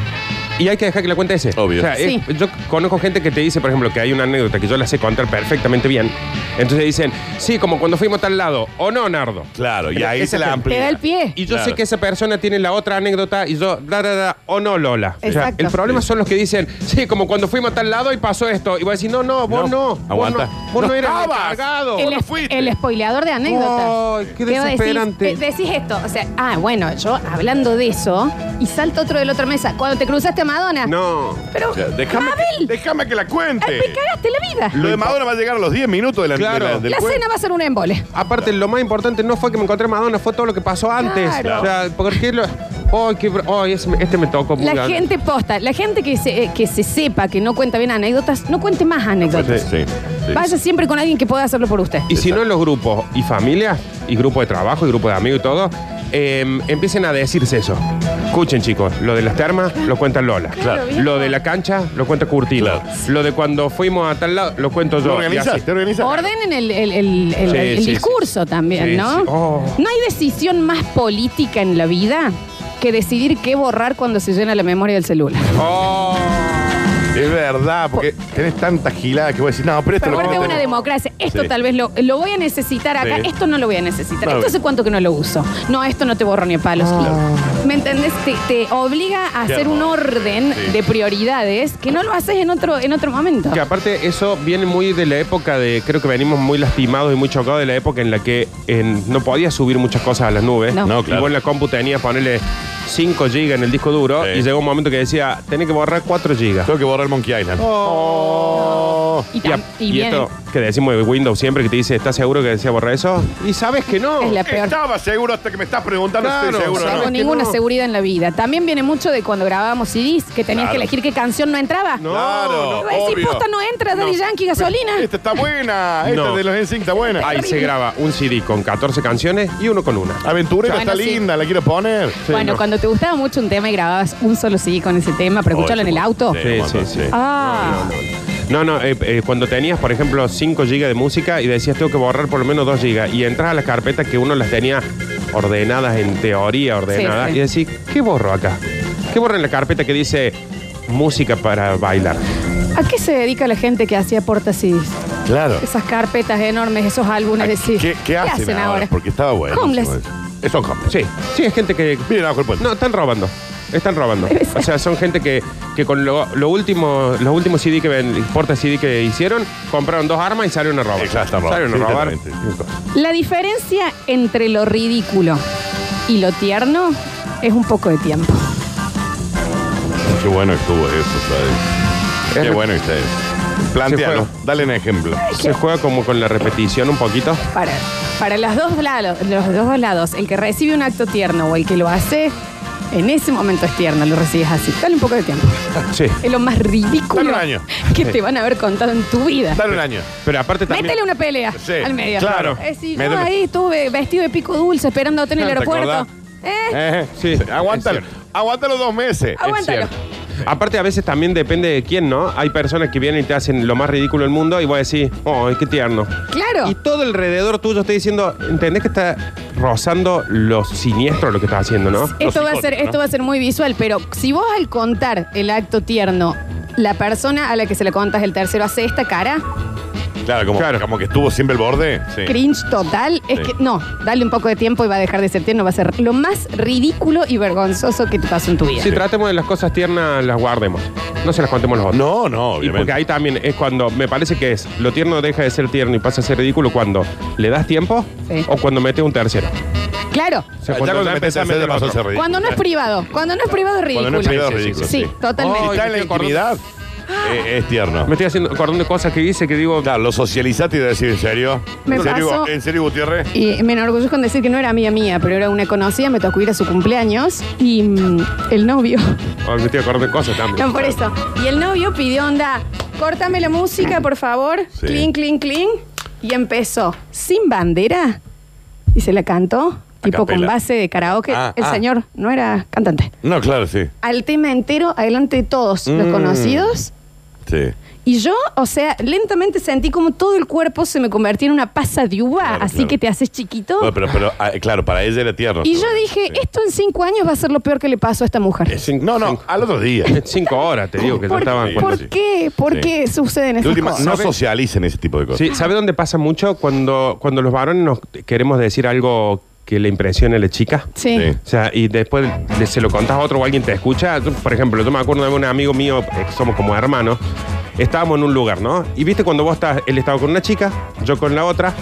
[SPEAKER 3] y hay que dejar que la cuente ese.
[SPEAKER 2] Obvio.
[SPEAKER 3] O sea,
[SPEAKER 1] Sí.
[SPEAKER 3] es- yo conozco gente que te dice, por ejemplo, que hay una anécdota que yo la sé contar perfectamente bien. Entonces dicen, sí, como cuando fuimos tal lado, o no, Nardo.
[SPEAKER 2] Claro, y ahí
[SPEAKER 3] Esa
[SPEAKER 2] se la
[SPEAKER 3] gente.
[SPEAKER 2] amplía.
[SPEAKER 1] Te da el pie.
[SPEAKER 3] Y yo
[SPEAKER 2] Claro.
[SPEAKER 3] sé que esa persona tiene la otra anécdota y yo, da, da, da, o no, Lola. O sea,
[SPEAKER 1] Exacto.
[SPEAKER 3] el problema son los que dicen, sí, como cuando fuimos a tal lado y pasó esto. Y voy a decir, no, no, vos no.
[SPEAKER 2] No,
[SPEAKER 3] vos
[SPEAKER 2] aguanta.
[SPEAKER 3] no- Vos no,
[SPEAKER 2] No
[SPEAKER 3] eras
[SPEAKER 2] estabas.
[SPEAKER 3] encargado.
[SPEAKER 2] El-
[SPEAKER 1] es-
[SPEAKER 2] fuiste.
[SPEAKER 1] el spoileador de anécdotas.
[SPEAKER 3] Ay, qué
[SPEAKER 1] va a decir?
[SPEAKER 3] desesperante.
[SPEAKER 1] Eh, Decís esto, o sea, ah, bueno, yo hablando de eso, y salta otro de la otra mesa. Cuando te cruzaste a Madonna.
[SPEAKER 3] No.
[SPEAKER 1] Pero,
[SPEAKER 2] O sea, déjame, que-
[SPEAKER 1] Mabel,
[SPEAKER 2] déjame que la
[SPEAKER 1] ay, me
[SPEAKER 2] cuente.
[SPEAKER 1] cagaste la vida.
[SPEAKER 2] Lo de Madonna va a llegar a los 10 minutos de la,
[SPEAKER 3] Claro.
[SPEAKER 2] de la- del
[SPEAKER 1] La
[SPEAKER 2] cuento.
[SPEAKER 1] cena va a ser un embole.
[SPEAKER 3] Aparte, lo más importante no fue que me encontré a Madonna, fue todo lo que pasó antes.
[SPEAKER 1] Claro.
[SPEAKER 3] O sea, porque lo. Ay, qué bro- ay, ese me- este me tocó. muy
[SPEAKER 1] La
[SPEAKER 3] grande.
[SPEAKER 1] gente posta, la gente que se, eh, que se sepa que no cuenta bien anécdotas, no cuente más anécdotas.
[SPEAKER 2] Sí, sí, sí.
[SPEAKER 1] Vaya siempre con alguien que pueda hacerlo por usted.
[SPEAKER 3] Y si no en los grupos y familias, y grupo de trabajo, y grupo de amigos y todo, eh, empiecen a decirse eso. Escuchen, chicos, lo de las termas lo cuenta Lola.
[SPEAKER 1] Claro, viejo.
[SPEAKER 3] Lo de la cancha lo cuenta Curtino.
[SPEAKER 2] Claro.
[SPEAKER 3] Lo de cuando fuimos a tal lado lo cuento
[SPEAKER 2] ¿Te
[SPEAKER 3] yo. Y
[SPEAKER 2] organizas?
[SPEAKER 3] así.
[SPEAKER 2] ¿Te organizas?
[SPEAKER 1] Ordenen el, el- el- el-
[SPEAKER 3] Sí,
[SPEAKER 1] el
[SPEAKER 3] sí, sí.
[SPEAKER 1] discurso también,
[SPEAKER 3] Sí,
[SPEAKER 1] ¿no?
[SPEAKER 3] sí. Oh.
[SPEAKER 1] No hay decisión más política en la vida que decidir qué borrar cuando se llena la memoria del celular.
[SPEAKER 3] Oh.
[SPEAKER 2] Es verdad, porque tenés tantas giladas que vos decís, no, pero esto
[SPEAKER 1] Pero
[SPEAKER 2] lo
[SPEAKER 1] aparte es
[SPEAKER 2] conté-
[SPEAKER 1] una democracia. Esto
[SPEAKER 2] Sí.
[SPEAKER 1] tal vez lo, lo voy a necesitar acá,
[SPEAKER 2] Sí. Ah,
[SPEAKER 1] esto no lo voy a necesitar.
[SPEAKER 2] No.
[SPEAKER 1] Esto hace cuánto que no lo uso. No, esto no te borro ni a palos. ¿Me entendés? Te, te obliga a
[SPEAKER 2] Qué
[SPEAKER 1] hacer un
[SPEAKER 2] hermoso.
[SPEAKER 1] orden
[SPEAKER 2] Sí.
[SPEAKER 1] de prioridades que no lo haces en otro, en otro momento.
[SPEAKER 3] Que aparte eso viene muy de la época de, creo que venimos muy lastimados y muy chocados de la época en la que en- no podías subir muchas cosas a las nubes.
[SPEAKER 1] No.
[SPEAKER 2] No,
[SPEAKER 3] Y
[SPEAKER 2] claro.
[SPEAKER 3] vos en la compu tenías ponerle 5 GB en el disco duro
[SPEAKER 2] Sí.
[SPEAKER 3] y llegó un momento que decía, tenés que borrar 4 GB.
[SPEAKER 2] Tengo que borrar el Monkey Island. Oh.
[SPEAKER 1] Y, tam- y
[SPEAKER 3] y
[SPEAKER 1] bien,
[SPEAKER 3] esto que decimos de Windows siempre que te dice, ¿estás seguro que decía borrar eso? Y sabes que no.
[SPEAKER 1] es la peor.
[SPEAKER 2] Estaba seguro hasta que me estás preguntando si
[SPEAKER 3] Claro,
[SPEAKER 2] estoy seguro
[SPEAKER 1] No
[SPEAKER 2] o
[SPEAKER 3] sabes
[SPEAKER 1] tengo
[SPEAKER 2] no.
[SPEAKER 3] que
[SPEAKER 1] ninguna
[SPEAKER 3] no.
[SPEAKER 1] seguridad en la vida. También viene mucho de cuando grabábamos CDs, que tenías
[SPEAKER 2] Claro.
[SPEAKER 1] que elegir qué canción no entraba.
[SPEAKER 3] No,
[SPEAKER 2] Claro,
[SPEAKER 1] Y vos decís,
[SPEAKER 2] obvio. este-
[SPEAKER 1] posta no entra, Daddy Yankee, gasolina.
[SPEAKER 2] Esta está buena, esta
[SPEAKER 3] No.
[SPEAKER 2] de los NSYNC está buena.
[SPEAKER 3] Ahí se graba un CD con 14 canciones y uno con una.
[SPEAKER 2] Aventurera
[SPEAKER 1] Bueno,
[SPEAKER 2] está
[SPEAKER 1] sí.
[SPEAKER 2] linda, la quiero poner.
[SPEAKER 1] bueno, cuando te gustaba mucho un tema y grababas un solo CD con ese tema para escucharlo en el auto.
[SPEAKER 2] Sí,
[SPEAKER 3] Sí,
[SPEAKER 2] un montón,
[SPEAKER 3] sí, sí.
[SPEAKER 2] sí.
[SPEAKER 1] Ah,
[SPEAKER 3] No, no, eh, eh, cuando tenías, por ejemplo, 5 GB de música y decías tengo que borrar por lo menos 2 GB y entras a las carpetas que uno las tenía ordenadas en teoría, ordenadas,
[SPEAKER 1] Sí, sí.
[SPEAKER 3] y decís, ¿qué borro acá? ¿Qué borro en la carpeta que dice música para bailar?
[SPEAKER 1] ¿a qué se dedica la gente que hacía porta CDs?
[SPEAKER 2] Claro.
[SPEAKER 1] Esas carpetas enormes, esos álbumes de
[SPEAKER 2] ¿Qué,
[SPEAKER 1] CDs.
[SPEAKER 2] qué hacen ahora? Porque estaba bueno.
[SPEAKER 1] Homeless.
[SPEAKER 2] Eso Que son hombres.
[SPEAKER 3] Sí, sí, es gente que.
[SPEAKER 2] Miren abajo el puente.
[SPEAKER 3] No, están robando. Están robando.
[SPEAKER 1] Debe ser.
[SPEAKER 3] O sea, son gente que, que con lo, lo último, los últimos CD que ven, porta CD que hicieron, compraron dos armas y salieron a robar.
[SPEAKER 2] Exacto, robar.
[SPEAKER 3] Salieron a robar.
[SPEAKER 2] Sí, exactamente.
[SPEAKER 1] La diferencia entre lo ridículo y lo tierno es un poco de tiempo.
[SPEAKER 2] Qué bueno que estuvo eso, ¿sabes?
[SPEAKER 3] Es
[SPEAKER 2] Qué
[SPEAKER 3] lo-
[SPEAKER 2] bueno que está eso. Plantealo,
[SPEAKER 3] Se
[SPEAKER 2] dale un ejemplo.
[SPEAKER 3] Se juega como con la repetición un poquito.
[SPEAKER 1] Para, para los, dos lados, los dos lados, el que recibe un acto tierno o el que lo hace, en ese momento es tierno, lo recibes así. Dale un poco de tiempo.
[SPEAKER 3] Sí.
[SPEAKER 1] Es lo más
[SPEAKER 2] Dale
[SPEAKER 1] ridículo
[SPEAKER 2] un año.
[SPEAKER 1] que te van a haber contado en tu vida.
[SPEAKER 2] Dale un año.
[SPEAKER 3] Pero aparte también.
[SPEAKER 1] Métele una pelea
[SPEAKER 2] Sí,
[SPEAKER 1] al medio.
[SPEAKER 2] claro.
[SPEAKER 1] Es decir,
[SPEAKER 2] Métele-
[SPEAKER 1] yo ahí estuve vestido de pico dulce esperándote en el
[SPEAKER 2] ¿Te
[SPEAKER 1] aeropuerto.
[SPEAKER 2] acordás?
[SPEAKER 1] ¿Eh?
[SPEAKER 2] Eh,
[SPEAKER 3] Sí,
[SPEAKER 2] aguántalo.
[SPEAKER 3] es cierto.
[SPEAKER 2] Aguántalo dos meses.
[SPEAKER 3] Es
[SPEAKER 1] Aguántalo.
[SPEAKER 3] cierto. Aparte, a veces también depende de quién, ¿no? Hay personas que vienen y te hacen lo más ridículo del mundo y vos decís, oh, qué tierno.
[SPEAKER 1] Claro.
[SPEAKER 3] Y todo alrededor tuyo está diciendo, ¿entendés que está rozando lo siniestro lo que estás haciendo, no?
[SPEAKER 1] Esto
[SPEAKER 2] Los
[SPEAKER 1] va, a ser,
[SPEAKER 2] psicólogos,
[SPEAKER 1] esto va a ser muy visual, pero si vos al contar el acto tierno, la persona a la que se le contas el tercero hace esta cara,
[SPEAKER 2] Claro como,
[SPEAKER 3] Claro.
[SPEAKER 2] como que estuvo siempre el borde. Sí.
[SPEAKER 1] cringe total, es
[SPEAKER 2] Sí.
[SPEAKER 1] que no, dale un poco de tiempo y va a dejar de ser tierno, va a ser lo más ridículo y vergonzoso que te pasó en tu vida.
[SPEAKER 3] Si tratemos de las cosas tiernas, las guardemos. No se las contemos los otros.
[SPEAKER 2] No, no,
[SPEAKER 3] Y
[SPEAKER 2] obviamente.
[SPEAKER 3] porque ahí también es cuando, me parece que es, lo tierno deja de ser tierno y pasa a ser ridículo cuando le das tiempo
[SPEAKER 1] Sí.
[SPEAKER 3] o cuando metes un tercero.
[SPEAKER 1] Claro,
[SPEAKER 3] O
[SPEAKER 2] Ya cuando le metes a hacer, ya pasó a ser ridículo.
[SPEAKER 1] cuando no es privado, cuando no es privado es
[SPEAKER 2] Cuando
[SPEAKER 1] ridículo.
[SPEAKER 2] no es privado,
[SPEAKER 3] Sí, sí,
[SPEAKER 2] ridículo. Oh.
[SPEAKER 1] sí, totalmente.
[SPEAKER 2] Si está en la
[SPEAKER 3] Ay, me estoy
[SPEAKER 2] intimidad, eh, es tierno.
[SPEAKER 3] Me estoy haciendo, acordando de cosas que dice que digo,
[SPEAKER 2] Claro, lo socializaste y decir, ¿en serio?
[SPEAKER 1] Me
[SPEAKER 2] ¿En serio,
[SPEAKER 1] pasó-
[SPEAKER 2] ¿En serio, Gutiérrez?
[SPEAKER 1] Y me enorgullezco con decir que no era amiga mía, pero era una conocida, me tocó ir a su cumpleaños y mm, el novio.
[SPEAKER 3] "Ay, "Ah, me estoy acordando de cosas también.
[SPEAKER 1] No, por eso. Y el novio pidió onda, córtame la música, por favor.
[SPEAKER 2] Sí.
[SPEAKER 1] Clean, clean, clean. Y empezó sin bandera. Y se la cantó, tipo con
[SPEAKER 2] capela.
[SPEAKER 1] base de karaoke.
[SPEAKER 2] Ah,
[SPEAKER 1] el
[SPEAKER 2] ah.
[SPEAKER 1] señor no era cantante.
[SPEAKER 2] No, claro, sí.
[SPEAKER 1] Al tema entero, adelante de todos los
[SPEAKER 2] Mm.
[SPEAKER 1] conocidos.
[SPEAKER 2] Sí.
[SPEAKER 1] Y yo, o sea, lentamente sentí como todo el cuerpo se me convertía en una pasa de uva,
[SPEAKER 2] Claro,
[SPEAKER 1] así
[SPEAKER 2] claro.
[SPEAKER 1] que te haces chiquito.
[SPEAKER 2] No, pero, pero ah, claro, para ella era tierno.
[SPEAKER 1] y yo dije,
[SPEAKER 2] Sí.
[SPEAKER 1] esto en cinco años va a ser lo peor que le pasó a esta mujer.
[SPEAKER 2] Eh, cinco- No, no, al otro día.
[SPEAKER 3] En Cinco horas, te digo, que yo
[SPEAKER 1] ¿Por,
[SPEAKER 3] estaba en
[SPEAKER 1] por
[SPEAKER 3] cuenta.
[SPEAKER 2] sí.
[SPEAKER 1] qué? ¿Por
[SPEAKER 2] Sí.
[SPEAKER 1] qué suceden
[SPEAKER 2] De
[SPEAKER 1] esas
[SPEAKER 2] última,
[SPEAKER 1] cosas?
[SPEAKER 2] no socialicen ese tipo de cosas.
[SPEAKER 3] Sí, ¿sabe dónde pasa mucho? Cuando, cuando los varones nos queremos decir algo que le impresione a la chica.
[SPEAKER 1] Sí.
[SPEAKER 2] Sí.
[SPEAKER 3] O sea, y después le- se lo contás a otro o alguien te escucha. Yo, por ejemplo, yo me acuerdo de un amigo mío, eh, que somos como hermanos, estábamos en un lugar, ¿no? Y viste cuando vos estás, él estaba con una chica, yo con la otra,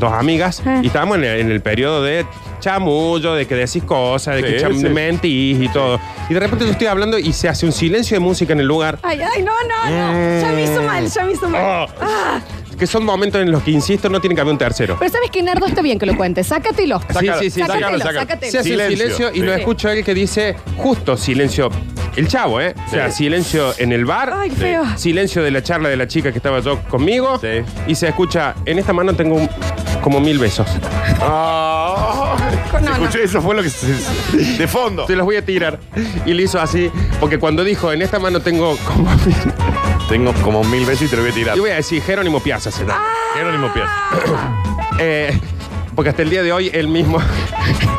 [SPEAKER 3] dos amigas,
[SPEAKER 1] Ah.
[SPEAKER 3] y estábamos en el, en el periodo de chamullo, de que decís cosas, de que
[SPEAKER 2] Sí,
[SPEAKER 3] cham-
[SPEAKER 2] sí.
[SPEAKER 3] mentís y todo. Y de repente yo estoy hablando y se hace un silencio de música en el lugar.
[SPEAKER 1] Ay, ay, no, no, no. Ya me hizo mal, ya me hizo mal.
[SPEAKER 3] Ah.
[SPEAKER 1] Ah.
[SPEAKER 3] Que son momentos en los que, insisto, no tiene que haber un tercero.
[SPEAKER 1] Pero sabes que Nardo está bien que lo cuentes. Sácatelo.
[SPEAKER 2] Sácalo,
[SPEAKER 3] Sí, sí, sí,
[SPEAKER 1] sácalo,
[SPEAKER 2] sácalo.
[SPEAKER 1] sácatelo.
[SPEAKER 3] Se hace el silencio y
[SPEAKER 2] Sí.
[SPEAKER 3] lo escucho a él que dice justo silencio. El chavo, ¿eh? O sea, silencio en el bar.
[SPEAKER 1] Ay, qué feo.
[SPEAKER 3] Silencio de la charla de la chica que estaba yo conmigo.
[SPEAKER 2] Sí.
[SPEAKER 3] Y se escucha, en esta mano tengo un- como mil besos.
[SPEAKER 2] Ah,
[SPEAKER 1] No,
[SPEAKER 2] se
[SPEAKER 1] no.
[SPEAKER 2] escuchó, eso fue lo que se- se- de fondo.
[SPEAKER 3] Se los voy a tirar. Y le hizo así, porque cuando dijo, en esta mano tengo como mil...
[SPEAKER 2] Tengo como mil veces y te lo voy Ah. a tirar.
[SPEAKER 3] Yo voy a decir, Jerónimo Piazza se llama.
[SPEAKER 2] Jerónimo Piazza.
[SPEAKER 3] Eh, porque hasta el día de hoy él mismo...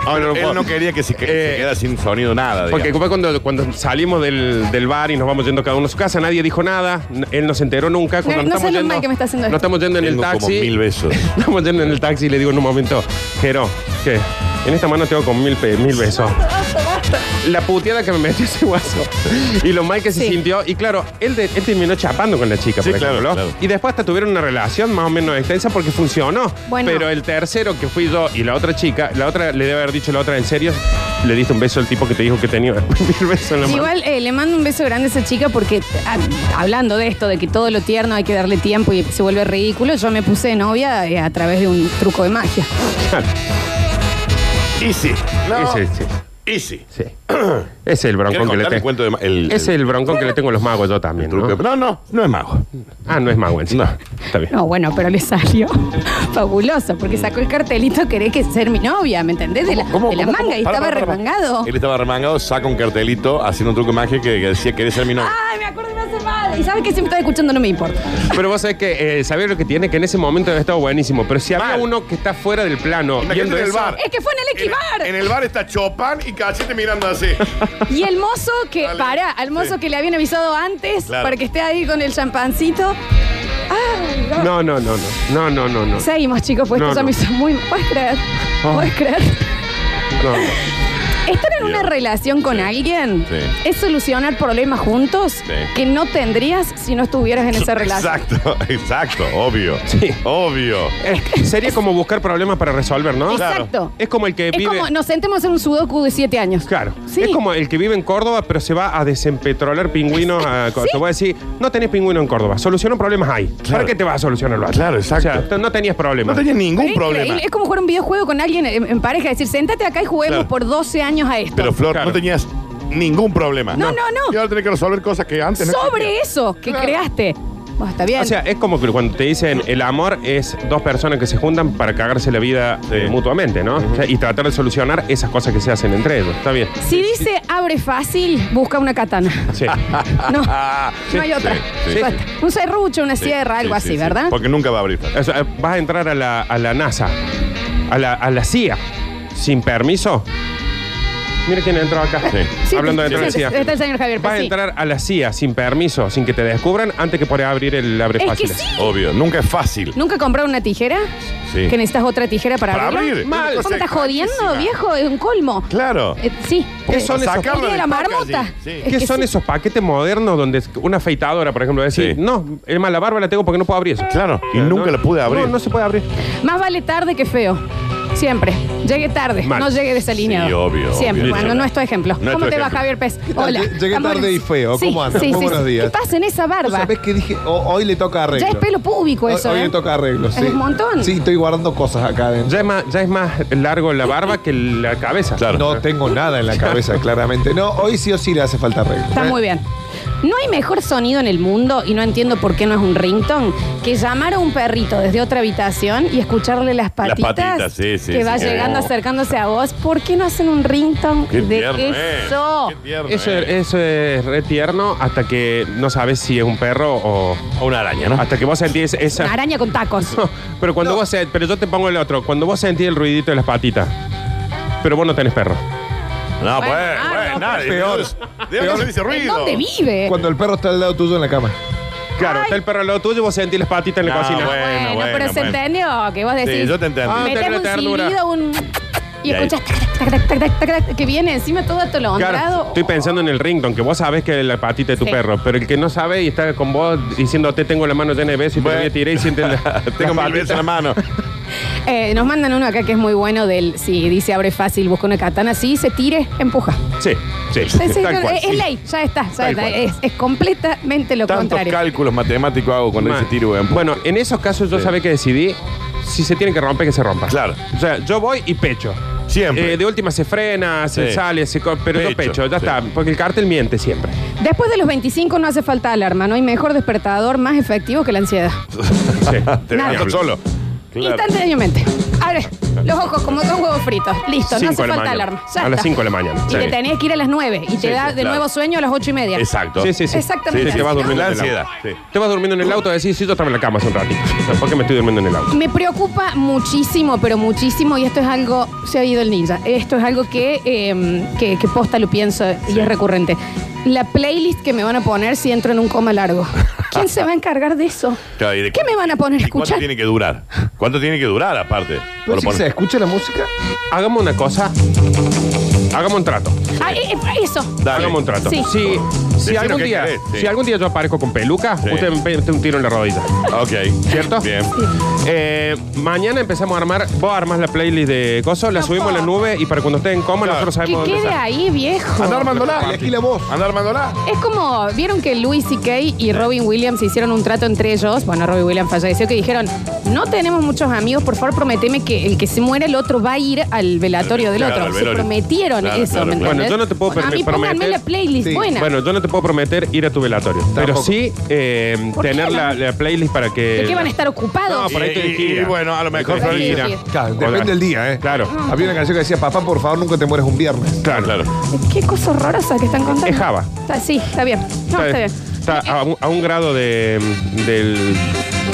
[SPEAKER 3] Ahora no puedo.
[SPEAKER 2] Él no quería que se, que se
[SPEAKER 3] Eh,
[SPEAKER 2] quedara sin sonido nada.
[SPEAKER 3] Porque
[SPEAKER 2] digamos.
[SPEAKER 3] fue cuando, cuando salimos del, del bar y nos vamos yendo cada uno a su casa, nadie dijo nada, n- él no se enteró nunca. Cuando
[SPEAKER 1] no
[SPEAKER 3] nos
[SPEAKER 1] sé
[SPEAKER 3] estamos
[SPEAKER 1] lo
[SPEAKER 3] yendo,
[SPEAKER 1] mal que me está haciendo
[SPEAKER 3] Nos
[SPEAKER 1] esto.
[SPEAKER 3] estamos yendo en el
[SPEAKER 2] Tengo
[SPEAKER 3] taxi.
[SPEAKER 2] como mil besos.
[SPEAKER 3] Estamos yendo en el taxi y le digo en un momento, Jero, ¿qué? En esta mano tengo con mil, pe- mil besos. La puteada que me metió ese guaso. Y lo mal que se
[SPEAKER 1] Sí.
[SPEAKER 3] sintió. Y claro, él, de- él terminó chapando con la chica,
[SPEAKER 2] Sí,
[SPEAKER 3] por
[SPEAKER 2] claro,
[SPEAKER 3] ejemplo.
[SPEAKER 2] claro.
[SPEAKER 3] Y después hasta tuvieron una relación más o menos extensa porque funcionó.
[SPEAKER 1] Bueno.
[SPEAKER 3] Pero el tercero que fui yo y la otra chica, la otra le debe haber dicho la otra en serio, le diste un beso al tipo que te dijo que tenía mil besos en la mano.
[SPEAKER 1] Igual eh, le mando un beso grande a esa chica porque ah, hablando de esto, de que todo lo tierno hay que darle tiempo y se vuelve ridículo, yo me puse de novia eh, a través de un truco de magia.
[SPEAKER 2] Easy. No.
[SPEAKER 3] Ese, sí,
[SPEAKER 2] Easy.
[SPEAKER 3] sí. Ese es el
[SPEAKER 2] ¿Quieres
[SPEAKER 3] broncón que le
[SPEAKER 2] contar el
[SPEAKER 3] tengo.
[SPEAKER 2] cuento de ma- el-
[SPEAKER 3] Ese es el broncón que le tengo a los magos yo también.
[SPEAKER 2] truco de- No,
[SPEAKER 3] ¿no?
[SPEAKER 2] no, no es mago.
[SPEAKER 3] Ah, no es mago en sí.
[SPEAKER 2] No.
[SPEAKER 3] Está bien.
[SPEAKER 1] No, bueno, pero le salió fabuloso porque sacó el cartelito querés que ser mi novia, ¿me entendés? De la,
[SPEAKER 2] ¿Cómo,
[SPEAKER 1] de la
[SPEAKER 2] cómo,
[SPEAKER 1] manga
[SPEAKER 2] cómo?
[SPEAKER 1] y
[SPEAKER 2] Para,
[SPEAKER 1] estaba
[SPEAKER 2] para, para.
[SPEAKER 1] remangado.
[SPEAKER 2] Él estaba remangado, saca un cartelito haciendo un truco de magia que, que decía, ¿querés ser mi novio?
[SPEAKER 1] Ay, me acuerdo y me hace mal. Y sabes que si me estás escuchando no me importa.
[SPEAKER 3] Pero vos sabés que eh, sabés lo que tiene, que en ese momento había estado buenísimo. Pero si había
[SPEAKER 2] Mal.
[SPEAKER 3] uno que está fuera del plano,
[SPEAKER 2] Imagínate
[SPEAKER 3] viendo
[SPEAKER 2] en el
[SPEAKER 3] eso,
[SPEAKER 2] bar.
[SPEAKER 1] Es que fue en el Equibar.
[SPEAKER 2] En, en el bar está Chopin y Cachete mirando así.
[SPEAKER 1] Y el mozo que,
[SPEAKER 2] Dale.
[SPEAKER 1] pará, al mozo
[SPEAKER 2] Sí.
[SPEAKER 1] que le habían avisado antes
[SPEAKER 2] Claro.
[SPEAKER 1] para que esté ahí con el champancito. Ay, no.
[SPEAKER 3] No, no, no, no. No, no, no, no.
[SPEAKER 1] Seguimos, chicos, pues
[SPEAKER 3] No,
[SPEAKER 1] esto ya
[SPEAKER 3] no.
[SPEAKER 1] me hizo muy. ¿Puedes creer?
[SPEAKER 3] Ah.
[SPEAKER 1] ¿Puedes creer?
[SPEAKER 3] No, no.
[SPEAKER 1] Estar en una
[SPEAKER 2] Bien.
[SPEAKER 1] relación con alguien
[SPEAKER 2] Sí.
[SPEAKER 1] es solucionar problemas juntos que no tendrías si no estuvieras en esa relación.
[SPEAKER 2] Exacto, exacto, obvio.
[SPEAKER 3] Sí. Eh,
[SPEAKER 2] Obvio.
[SPEAKER 3] Es- sería como buscar problemas para resolver, ¿no?
[SPEAKER 2] Claro.
[SPEAKER 1] Exacto.
[SPEAKER 3] Es como el que
[SPEAKER 1] Es
[SPEAKER 3] vive.
[SPEAKER 1] como nos sentemos en un sudoku de siete años.
[SPEAKER 3] Claro.
[SPEAKER 1] Sí.
[SPEAKER 3] Es como el que vive en Córdoba, pero se va a desempetrolar pingüinos. a- Te voy a decir, no tenés pingüino en Córdoba. Solucionó problemas ahí. ¿Para
[SPEAKER 2] Claro.
[SPEAKER 3] qué te vas a solucionarlo? allá?
[SPEAKER 2] Claro, exacto.
[SPEAKER 3] O sea, t- no tenías
[SPEAKER 2] No
[SPEAKER 3] problemas.
[SPEAKER 2] tenía ningún
[SPEAKER 1] Es
[SPEAKER 2] problema.
[SPEAKER 1] increíble. Es como jugar un videojuego con alguien en, en pareja. Decir, sentate acá y juguemos
[SPEAKER 2] Claro.
[SPEAKER 1] por 12 años a esto.
[SPEAKER 2] Pero Flor,
[SPEAKER 3] Claro.
[SPEAKER 2] no tenías ningún problema.
[SPEAKER 1] No, no, no.
[SPEAKER 2] Y ahora tenés que resolver cosas que antes no
[SPEAKER 1] Sobre
[SPEAKER 2] existían.
[SPEAKER 1] eso que
[SPEAKER 2] Claro.
[SPEAKER 1] creaste. Bueno, está bien.
[SPEAKER 3] O sea, es como que cuando te dicen el amor es dos personas que se juntan para cagarse la vida eh, mutuamente, ¿no? O sea, y tratar de solucionar esas cosas que se hacen entre ellos. Está bien.
[SPEAKER 1] si dice abre fácil, busca una katana.
[SPEAKER 3] Sí.
[SPEAKER 1] No,
[SPEAKER 2] Ah, sí,
[SPEAKER 1] no hay otra.
[SPEAKER 2] sí, sí,
[SPEAKER 1] Basta. Un serrucho, una
[SPEAKER 2] sí,
[SPEAKER 1] sierra,
[SPEAKER 2] sí,
[SPEAKER 1] algo
[SPEAKER 2] sí,
[SPEAKER 1] así,
[SPEAKER 2] sí.
[SPEAKER 1] ¿verdad?
[SPEAKER 2] Porque nunca va a abrir.
[SPEAKER 3] O sea, vas a entrar a la, a la NASA, a la, a la CIA, sin permiso. Mira quién entró acá.
[SPEAKER 1] Sí,
[SPEAKER 3] Hablando de entrar
[SPEAKER 1] sí,
[SPEAKER 3] a la CIA.
[SPEAKER 1] Está el señor Javier
[SPEAKER 3] Vas a
[SPEAKER 1] Pérez.
[SPEAKER 3] entrar a la CIA sin permiso, sin que te descubran, antes que poder abrir el abre
[SPEAKER 1] Es que
[SPEAKER 3] fáciles.
[SPEAKER 1] sí.
[SPEAKER 2] Obvio, nunca es fácil.
[SPEAKER 1] ¿Nunca compraron una tijera?
[SPEAKER 2] Sí.
[SPEAKER 1] ¿Que necesitas otra tijera para,
[SPEAKER 2] Para
[SPEAKER 1] abrirla?
[SPEAKER 2] abrir.
[SPEAKER 3] Mal.
[SPEAKER 2] Una
[SPEAKER 1] ¿Cómo
[SPEAKER 2] cosa
[SPEAKER 1] estás jodiendo,
[SPEAKER 2] extrañísima.
[SPEAKER 1] viejo? Es un colmo.
[SPEAKER 2] Claro.
[SPEAKER 1] Eh, sí.
[SPEAKER 3] ¿Qué
[SPEAKER 1] Eh,
[SPEAKER 3] son esos
[SPEAKER 2] Sacarla
[SPEAKER 1] Mira
[SPEAKER 2] del
[SPEAKER 1] la
[SPEAKER 2] packaging,
[SPEAKER 1] marmota.
[SPEAKER 2] sí.
[SPEAKER 1] Es
[SPEAKER 3] ¿Qué
[SPEAKER 1] que
[SPEAKER 3] son
[SPEAKER 1] sí.
[SPEAKER 3] esos paquetes modernos donde una afeitadora, por ejemplo, va a
[SPEAKER 2] Sí.
[SPEAKER 3] decir, no, es más, la barba la tengo porque no puedo abrir eso?
[SPEAKER 2] Claro, y
[SPEAKER 3] No,
[SPEAKER 2] nunca la pude abrir.
[SPEAKER 3] No, no se puede abrir.
[SPEAKER 1] Más vale tarde que feo. Siempre. Llegué tarde.
[SPEAKER 3] Mal.
[SPEAKER 1] No llegué desalineado.
[SPEAKER 2] Sí, obvio,
[SPEAKER 1] Siempre.
[SPEAKER 2] obvio.
[SPEAKER 1] Bueno, no es tu ejemplo.
[SPEAKER 2] No es
[SPEAKER 1] ¿Cómo
[SPEAKER 2] tu
[SPEAKER 1] te va,
[SPEAKER 2] ejemplo.
[SPEAKER 1] Javier Pez?
[SPEAKER 4] tal?
[SPEAKER 1] Hola.
[SPEAKER 4] Lle- llegué
[SPEAKER 1] Amores.
[SPEAKER 4] tarde y feo.
[SPEAKER 1] Sí,
[SPEAKER 4] ¿Cómo andas?
[SPEAKER 1] Sí,
[SPEAKER 4] Muy
[SPEAKER 1] sí,
[SPEAKER 4] buenos
[SPEAKER 1] sí.
[SPEAKER 4] días.
[SPEAKER 1] ¿Qué pasa en esa barba?
[SPEAKER 4] ¿Sabes qué dije? O- hoy le toca arreglo.
[SPEAKER 1] Ya es pelo público eso.
[SPEAKER 4] Hoy, hoy
[SPEAKER 1] ¿eh?
[SPEAKER 4] le toca arreglo, sí.
[SPEAKER 1] Es un montón.
[SPEAKER 4] Sí, estoy guardando cosas acá adentro.
[SPEAKER 3] Ya es, más, ya es más largo la barba que la cabeza.
[SPEAKER 2] Claro.
[SPEAKER 4] No tengo nada en la cabeza, claramente. No, hoy sí o sí le hace falta arreglo. ¿Eh?
[SPEAKER 1] Está muy bien. No hay mejor sonido en el mundo, y no entiendo por qué no es un ringtone, que llamar a un perrito desde otra habitación y escucharle las patitas,
[SPEAKER 2] patitas, sí, sí,
[SPEAKER 1] que va
[SPEAKER 2] sí.
[SPEAKER 1] llegando,
[SPEAKER 2] Oh.
[SPEAKER 1] acercándose a vos. ¿Por qué no hacen un ringtone
[SPEAKER 2] Qué
[SPEAKER 1] de
[SPEAKER 2] tierno, eh.
[SPEAKER 1] eso?
[SPEAKER 2] Qué tierno,
[SPEAKER 3] Eso,
[SPEAKER 2] eh.
[SPEAKER 3] eso es re tierno hasta que no sabes si es un perro o.
[SPEAKER 2] O una araña, ¿no?
[SPEAKER 3] Hasta que vos sentís
[SPEAKER 1] Una
[SPEAKER 3] esa.
[SPEAKER 1] araña con tacos.
[SPEAKER 3] pero cuando vos se- Pero yo te pongo el otro. Cuando vos sentís el ruidito de las patitas. Pero vos no tenés perro.
[SPEAKER 2] No, pues,
[SPEAKER 1] Bueno, ah,
[SPEAKER 2] bueno,
[SPEAKER 1] no,
[SPEAKER 2] nada.
[SPEAKER 4] peor.
[SPEAKER 2] ¿De dónde se dice
[SPEAKER 1] ¿En
[SPEAKER 2] ruido?
[SPEAKER 1] dónde vive?
[SPEAKER 4] Cuando el perro está al lado tuyo en la cama.
[SPEAKER 3] Claro, está el perro al lado tuyo y vos sentís las patitas en la
[SPEAKER 2] No,
[SPEAKER 3] cocina.
[SPEAKER 2] Ah, bueno.
[SPEAKER 1] Bueno, pero
[SPEAKER 2] bueno,
[SPEAKER 1] se
[SPEAKER 2] bueno.
[SPEAKER 1] entendió que vos decís.
[SPEAKER 2] Sí, yo te entendí.
[SPEAKER 3] Ah,
[SPEAKER 1] Meteme
[SPEAKER 3] tengo
[SPEAKER 1] un
[SPEAKER 3] ternura.
[SPEAKER 1] silbido, un. Y
[SPEAKER 2] Y ahí-
[SPEAKER 1] escuchás tac, tac, tac, tac, tac, tac, tac, que viene encima todo atolondrado.
[SPEAKER 3] Claro, estoy pensando en el ringtone, que vos sabés que es la patita de tu
[SPEAKER 1] Sí.
[SPEAKER 3] perro, pero el que no sabe y está con vos diciéndote tengo la mano llena de besos y
[SPEAKER 2] Bueno.
[SPEAKER 3] te voy a tirar y sientes la-
[SPEAKER 2] Tengo
[SPEAKER 3] las
[SPEAKER 2] mil besos en la mano.
[SPEAKER 1] Eh, nos mandan uno acá que es muy bueno del si dice abre fácil, busca una katana, si se tire, empuja.
[SPEAKER 3] patitas. Sí, sí,
[SPEAKER 1] Sí, sí,
[SPEAKER 3] tal
[SPEAKER 1] no,
[SPEAKER 3] cual.
[SPEAKER 1] es, es ley, ya está, ya
[SPEAKER 3] Tal
[SPEAKER 1] está,
[SPEAKER 3] cual.
[SPEAKER 1] Es, es completamente lo
[SPEAKER 2] Tantos
[SPEAKER 1] contrario.
[SPEAKER 2] cálculos matemáticos hago cuando
[SPEAKER 3] Ma-
[SPEAKER 2] dice tiro, en
[SPEAKER 3] Bueno, en esos casos yo
[SPEAKER 2] Sí.
[SPEAKER 3] sabía que decidí si se tiene que romper, que se rompa.
[SPEAKER 2] Claro.
[SPEAKER 3] O sea, yo voy y pecho.
[SPEAKER 2] Siempre.
[SPEAKER 3] Eh, de última se frena, se
[SPEAKER 2] Sí.
[SPEAKER 3] sale, se co- pero yo
[SPEAKER 2] Pecho,
[SPEAKER 3] pecho, ya
[SPEAKER 2] sí.
[SPEAKER 3] está. Porque el cartel miente siempre.
[SPEAKER 1] Después de los 25 no hace falta alarma, no hay mejor despertador más efectivo que la ansiedad.
[SPEAKER 3] Sí.
[SPEAKER 2] Te
[SPEAKER 1] nada.
[SPEAKER 2] levanto solo. Claro.
[SPEAKER 1] Instantáneamente. Abre los ojos como dos huevos fritos. Listo, no
[SPEAKER 3] Cinco
[SPEAKER 1] hace
[SPEAKER 3] de la
[SPEAKER 1] falta
[SPEAKER 3] mañana.
[SPEAKER 1] alarma. ya
[SPEAKER 3] A las
[SPEAKER 1] está.
[SPEAKER 3] 5 de la mañana.
[SPEAKER 1] Y
[SPEAKER 3] Sí.
[SPEAKER 1] te tenías que ir a las 9 y te
[SPEAKER 2] Sí,
[SPEAKER 1] da
[SPEAKER 2] sí,
[SPEAKER 1] de
[SPEAKER 2] claro.
[SPEAKER 1] nuevo sueño a las 8 y media.
[SPEAKER 2] Exacto.
[SPEAKER 3] Sí, sí, sí.
[SPEAKER 1] Exactamente.
[SPEAKER 3] Sí, te vas durmiendo
[SPEAKER 2] La
[SPEAKER 3] en el auto.
[SPEAKER 2] ansiedad. Sí.
[SPEAKER 3] Te vas durmiendo en el auto y decís, sí, yo estaba en la cama hace un ratito. ¿Por qué me estoy durmiendo en el auto?
[SPEAKER 1] Me preocupa muchísimo, pero muchísimo, y esto es algo, se ha ido el ninja, esto es algo que, eh, que, que posta lo pienso y es recurrente. La playlist que me van a poner si entro en un coma largo. ¿Quién se va a encargar de eso?
[SPEAKER 2] Claro, y de-
[SPEAKER 1] ¿Qué me van a poner a
[SPEAKER 2] ¿Y ¿Cuánto
[SPEAKER 1] escuchar? Pues
[SPEAKER 2] tiene que durar? ¿Cuánto tiene que durar aparte?
[SPEAKER 4] ¿Pero si
[SPEAKER 2] Por-
[SPEAKER 4] se escucha la música?
[SPEAKER 3] Hagamos una cosa. Hagamos un trato.
[SPEAKER 1] Ah, eh, eh, eso.
[SPEAKER 2] Dale.
[SPEAKER 3] Hagamos un trato.
[SPEAKER 1] Sí.
[SPEAKER 3] Si, si
[SPEAKER 2] Decinos
[SPEAKER 3] algún
[SPEAKER 2] qué
[SPEAKER 3] día,
[SPEAKER 2] querés, sí.
[SPEAKER 3] si algún día yo aparezco con peluca,
[SPEAKER 2] Sí.
[SPEAKER 3] usted me mete un tiro en la rodilla.
[SPEAKER 2] Ok.
[SPEAKER 3] ¿Cierto?
[SPEAKER 2] Bien.
[SPEAKER 3] Eh, mañana empezamos a armar, vos armas la playlist de Coso, la
[SPEAKER 1] No,
[SPEAKER 3] subimos a la
[SPEAKER 1] po.
[SPEAKER 3] nube y para cuando esté en coma
[SPEAKER 2] Claro.
[SPEAKER 3] nosotros
[SPEAKER 1] Que
[SPEAKER 3] sabemos dónde
[SPEAKER 1] quede
[SPEAKER 3] está.
[SPEAKER 1] ahí, viejo.
[SPEAKER 2] Anda
[SPEAKER 4] Y
[SPEAKER 2] armándola.
[SPEAKER 4] aquí la voz.
[SPEAKER 2] Anda armándola.
[SPEAKER 1] Es como, vieron que Louis C.K. y Robin Williams hicieron un trato entre ellos. Bueno, Robin Williams falleció, que dijeron: No tenemos muchos amigos, por favor, prometeme que el que se muera el otro va a ir al velatorio
[SPEAKER 2] Al-
[SPEAKER 1] del
[SPEAKER 2] claro, al
[SPEAKER 1] otro. Se
[SPEAKER 2] velorio.
[SPEAKER 1] prometieron
[SPEAKER 2] Claro,
[SPEAKER 1] eso,
[SPEAKER 2] claro,
[SPEAKER 1] ¿me
[SPEAKER 2] claro.
[SPEAKER 1] entiendes?
[SPEAKER 3] Bueno, yo no te puedo
[SPEAKER 1] a mí
[SPEAKER 3] permitir-
[SPEAKER 1] pónganme
[SPEAKER 3] prometer-
[SPEAKER 1] la playlist
[SPEAKER 4] Sí.
[SPEAKER 1] buena.
[SPEAKER 3] Bueno, yo no te puedo prometer ir a tu velatorio, pero
[SPEAKER 4] Tampoco.
[SPEAKER 3] sí eh,
[SPEAKER 1] ¿Por qué
[SPEAKER 3] tener
[SPEAKER 1] no?
[SPEAKER 3] la, la playlist para que...
[SPEAKER 1] ¿De qué van a estar
[SPEAKER 3] eh, No,
[SPEAKER 1] ocupados?
[SPEAKER 3] por ahí
[SPEAKER 2] Y-
[SPEAKER 3] estoy de
[SPEAKER 2] y-
[SPEAKER 3] gira.
[SPEAKER 2] y bueno, a lo mejor
[SPEAKER 3] Estoy de
[SPEAKER 1] Flor
[SPEAKER 3] gira.
[SPEAKER 1] gira.
[SPEAKER 4] Claro,
[SPEAKER 3] Hola.
[SPEAKER 4] depende del día, ¿eh?
[SPEAKER 3] Claro.
[SPEAKER 4] Había una canción que decía, papá, por favor, nunca te mueres un viernes.
[SPEAKER 2] Claro, claro.
[SPEAKER 1] Qué cosa horrorosa que están contando.
[SPEAKER 3] Es Java.
[SPEAKER 1] Está- sí, está bien. No, está, bien.
[SPEAKER 3] Está a un, a un grado de, del,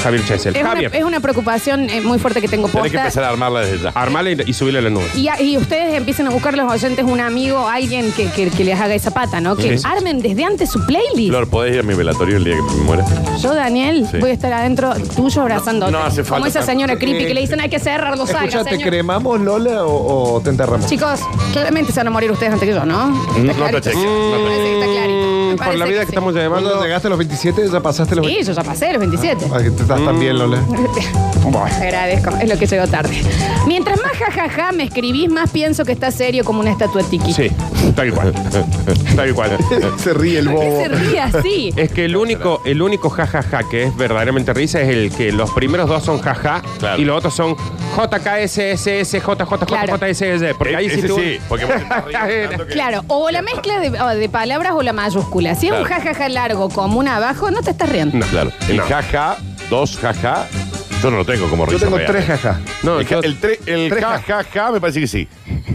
[SPEAKER 3] Javier Chesel.
[SPEAKER 1] Es, una,
[SPEAKER 3] Javier,
[SPEAKER 1] es una preocupación eh, muy fuerte que tengo posta.
[SPEAKER 2] Tenés que empezar a armarla desde ya.
[SPEAKER 3] armale y, y subile a la nube.
[SPEAKER 1] Y, a- y ustedes empiecen a buscar los oyentes un amigo, alguien que, que- que les haga esa pata, ¿no? Que
[SPEAKER 3] Sí.
[SPEAKER 1] armen desde antes su playlist.
[SPEAKER 2] Flor, ¿podés ir a mi velatorio el día que me muera?
[SPEAKER 1] Yo, Daniel,
[SPEAKER 2] Sí.
[SPEAKER 1] voy a estar adentro tuyo abrazándote.
[SPEAKER 2] No, no hace falta
[SPEAKER 1] Como esa
[SPEAKER 2] tanto.
[SPEAKER 1] señora creepy
[SPEAKER 4] Eh,
[SPEAKER 1] que le dicen hay que cerrarlo, salga,
[SPEAKER 4] Escucha, ¿te
[SPEAKER 1] señor".
[SPEAKER 4] cremamos, Lola, o, o te enterramos?
[SPEAKER 1] Chicos, claramente se van a morir ustedes antes que yo, ¿no?
[SPEAKER 2] No
[SPEAKER 1] clarito.
[SPEAKER 2] te cheques, no
[SPEAKER 1] Me parece que está clarito. Me
[SPEAKER 3] Mm,
[SPEAKER 1] parece
[SPEAKER 3] Por la vida que,
[SPEAKER 1] sí.
[SPEAKER 3] estamos
[SPEAKER 4] ¿Cuándo
[SPEAKER 3] llevando.
[SPEAKER 4] llegaste a los 27? ¿Ya pasaste los
[SPEAKER 1] Sí, yo ya pasé los 27.
[SPEAKER 4] Ah, que te estás tan bien, Lola.
[SPEAKER 1] Te agradezco, es lo que llegó tarde. Mientras más jajaja me escribís, más pienso que está serio como una estatua tiki.
[SPEAKER 3] Sí, tal cual. tal cual.
[SPEAKER 4] Se ríe el
[SPEAKER 1] ¿Por qué se
[SPEAKER 4] bobo.
[SPEAKER 1] ríe así?
[SPEAKER 3] Es que el único, el único jajaja que es verdaderamente risa es el que los primeros dos son jaja
[SPEAKER 2] Claro.
[SPEAKER 3] y los otros son JKSSS,
[SPEAKER 1] Claro.
[SPEAKER 3] JJJJSS. Porque
[SPEAKER 2] E-
[SPEAKER 3] ahí sí
[SPEAKER 2] ese
[SPEAKER 3] tú-
[SPEAKER 2] sí, porque vos te estás riendo tanto que-
[SPEAKER 1] Claro, o la mezcla de, o de palabras o la mayúscula. Si es un
[SPEAKER 2] Claro.
[SPEAKER 1] jajaja largo como un abajo, no te estás riendo.
[SPEAKER 3] No,
[SPEAKER 2] Claro. El
[SPEAKER 3] No.
[SPEAKER 2] jaja, dos jaja, yo no lo tengo como
[SPEAKER 4] Yo
[SPEAKER 2] risa
[SPEAKER 4] tengo
[SPEAKER 2] real. ¿eh?
[SPEAKER 4] tres jajas.
[SPEAKER 3] No,
[SPEAKER 2] el, ja-
[SPEAKER 3] yo-
[SPEAKER 2] el, tre- el
[SPEAKER 4] Tres
[SPEAKER 2] ja, ja, ja, me parece que sí.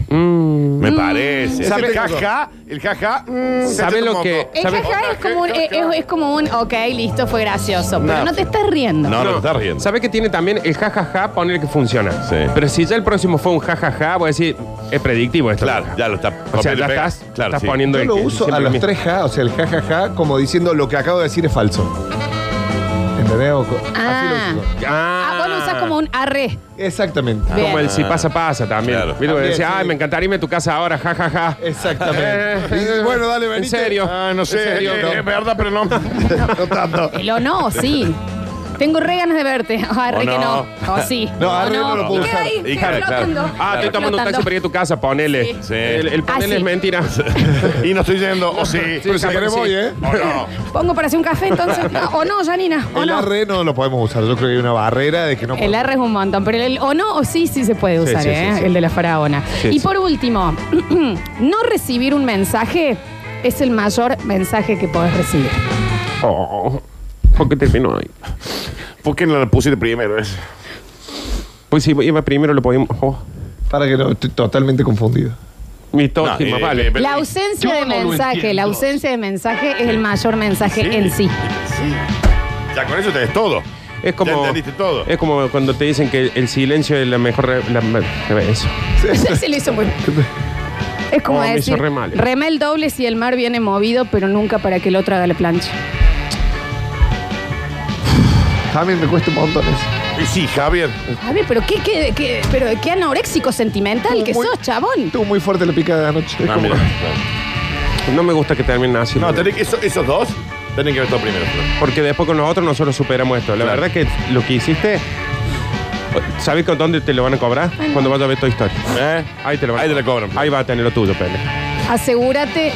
[SPEAKER 3] Mm.
[SPEAKER 2] Me parece.
[SPEAKER 4] Ese
[SPEAKER 2] ¿Sabe el
[SPEAKER 4] tengo.
[SPEAKER 2] jaja? El jaja. mm,
[SPEAKER 3] ¿Sabe
[SPEAKER 2] se hace
[SPEAKER 3] lo
[SPEAKER 2] como-
[SPEAKER 3] que-
[SPEAKER 1] El
[SPEAKER 3] ¿Sabe?
[SPEAKER 1] jaja Eh, es como, un, es, es como un, ok, listo, fue gracioso, pero
[SPEAKER 2] No.
[SPEAKER 1] no te estás riendo.
[SPEAKER 2] No, no, te estás riendo.
[SPEAKER 3] ¿Sabe que tiene también el jajaja? Poner que funciona.
[SPEAKER 2] Sí.
[SPEAKER 3] Pero si ya el próximo fue un jajaja, voy a decir, es predictivo esto.
[SPEAKER 2] Claro, ya lo está.
[SPEAKER 3] O sea,
[SPEAKER 2] copiando
[SPEAKER 3] ya
[SPEAKER 2] y pega.
[SPEAKER 3] estás,
[SPEAKER 2] Claro,
[SPEAKER 3] estás
[SPEAKER 2] sí.
[SPEAKER 3] poniendo
[SPEAKER 4] Yo
[SPEAKER 3] el
[SPEAKER 4] lo
[SPEAKER 3] que-
[SPEAKER 4] uso
[SPEAKER 3] siempre
[SPEAKER 4] a
[SPEAKER 3] el
[SPEAKER 4] los
[SPEAKER 3] mismo.
[SPEAKER 4] tres ja, o sea, el jajaja, como diciendo lo que acabo de decir es falso. ¿Entendés? O co-
[SPEAKER 1] Ah.
[SPEAKER 4] Así lo uso.
[SPEAKER 1] Ah, vos lo usas como un arre.
[SPEAKER 4] Exactamente.
[SPEAKER 1] Bien.
[SPEAKER 3] Ah, Como el si pasa, pasa también.
[SPEAKER 2] Claro.
[SPEAKER 3] Mira,
[SPEAKER 4] También,
[SPEAKER 3] decía,
[SPEAKER 4] sí.
[SPEAKER 3] ay, me encantaría irme a tu casa ahora, jajaja.
[SPEAKER 4] Exactamente. Y dices, bueno, dale,
[SPEAKER 3] Eh, ¿En
[SPEAKER 4] venite.
[SPEAKER 3] serio?
[SPEAKER 2] Ah, no sé.
[SPEAKER 3] ¿En serio?
[SPEAKER 2] eh,
[SPEAKER 3] No.
[SPEAKER 2] Es verdad, pero no. No tanto.
[SPEAKER 1] El o no, sí. Tengo re ganas de verte. O arre
[SPEAKER 2] O
[SPEAKER 1] que
[SPEAKER 2] no.
[SPEAKER 1] no. O sí.
[SPEAKER 4] No,
[SPEAKER 1] O
[SPEAKER 4] arre no lo puedo
[SPEAKER 1] Queda
[SPEAKER 4] usar.
[SPEAKER 1] ahí,
[SPEAKER 2] Y
[SPEAKER 1] queda
[SPEAKER 2] claro, claro.
[SPEAKER 1] flotando.
[SPEAKER 3] Ah, estoy
[SPEAKER 1] Queda
[SPEAKER 3] tomando un taxi
[SPEAKER 1] flotando.
[SPEAKER 3] para ir a tu casa, ponele.
[SPEAKER 1] Sí.
[SPEAKER 2] Sí.
[SPEAKER 3] El, el ponele
[SPEAKER 1] Ah, sí.
[SPEAKER 3] es mentira.
[SPEAKER 2] Y no estoy yendo. O sí.
[SPEAKER 3] Sí,
[SPEAKER 4] Pero si
[SPEAKER 3] capaz
[SPEAKER 4] querés
[SPEAKER 3] que
[SPEAKER 4] voy,
[SPEAKER 3] sí.
[SPEAKER 4] ¿eh?
[SPEAKER 2] O no.
[SPEAKER 1] Pongo para hacer un café, entonces. No, o no, Janina. O
[SPEAKER 4] El
[SPEAKER 1] no.
[SPEAKER 4] arre no lo podemos usar. Yo creo que hay una barrera de que no
[SPEAKER 1] El
[SPEAKER 4] podemos.
[SPEAKER 1] R es un montón, pero el o no o sí, sí se puede usar,
[SPEAKER 3] sí, sí,
[SPEAKER 1] ¿eh?
[SPEAKER 3] sí.
[SPEAKER 1] El de la faraona.
[SPEAKER 3] Sí,
[SPEAKER 1] y
[SPEAKER 3] sí.
[SPEAKER 1] por último, no recibir un mensaje es el mayor mensaje que podés recibir.
[SPEAKER 3] Oh, ¿Por qué terminó ahí?
[SPEAKER 2] ¿Por qué no lo pusiste primero? Es-
[SPEAKER 3] Pues si iba primero, lo podíamos. Oh,
[SPEAKER 4] Para que no, estoy totalmente confundido.
[SPEAKER 3] mi tos,
[SPEAKER 2] No,
[SPEAKER 3] sí, más
[SPEAKER 2] eh,
[SPEAKER 3] vale.
[SPEAKER 2] eh, pero-
[SPEAKER 1] La ausencia de mensaje, la ausencia de mensaje es el mayor mensaje en sí.
[SPEAKER 2] Sí. Ya con eso tenés todo.
[SPEAKER 3] es como.
[SPEAKER 2] Ya entendiste todo.
[SPEAKER 3] Es como cuando te dicen que el silencio es la mejor. re- la me- re- eso.
[SPEAKER 1] Se le hizo muy. Es como
[SPEAKER 3] Oh, me hizo
[SPEAKER 1] decir,
[SPEAKER 3] re mal.
[SPEAKER 1] rema el doble si el mar viene movido, pero nunca para que el otro haga la plancha.
[SPEAKER 4] A mí me cuesta un montón eso.
[SPEAKER 2] Y sí, Javier.
[SPEAKER 1] A ver, pero qué, qué, qué- pero qué anoréxico sentimental que
[SPEAKER 4] Muy-
[SPEAKER 1] sos, chabón.
[SPEAKER 4] Estuvo muy fuerte la picada de anoche. Es
[SPEAKER 2] Ah,
[SPEAKER 4] como-
[SPEAKER 2] mira.
[SPEAKER 3] No me gusta que termine así.
[SPEAKER 2] No, tenés que- eso- esos dos tienen que ver todo primero. Flor.
[SPEAKER 3] Porque después con nosotros nosotros superamos esto. La
[SPEAKER 2] Claro.
[SPEAKER 3] verdad que lo que hiciste. ¿Sabes con dónde te lo van a cobrar? Cuando vayas a ver tu historia.
[SPEAKER 2] ¿Eh?
[SPEAKER 3] Ahí te lo van
[SPEAKER 2] Ahí te
[SPEAKER 3] a
[SPEAKER 2] la
[SPEAKER 3] cobrar.
[SPEAKER 2] cobran.
[SPEAKER 3] Ahí va a tener lo tuyo, Pele.
[SPEAKER 1] Asegúrate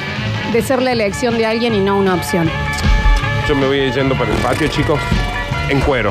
[SPEAKER 1] de ser la elección de alguien y no una opción.
[SPEAKER 3] Yo me voy yendo para el patio, chicos, en cuero.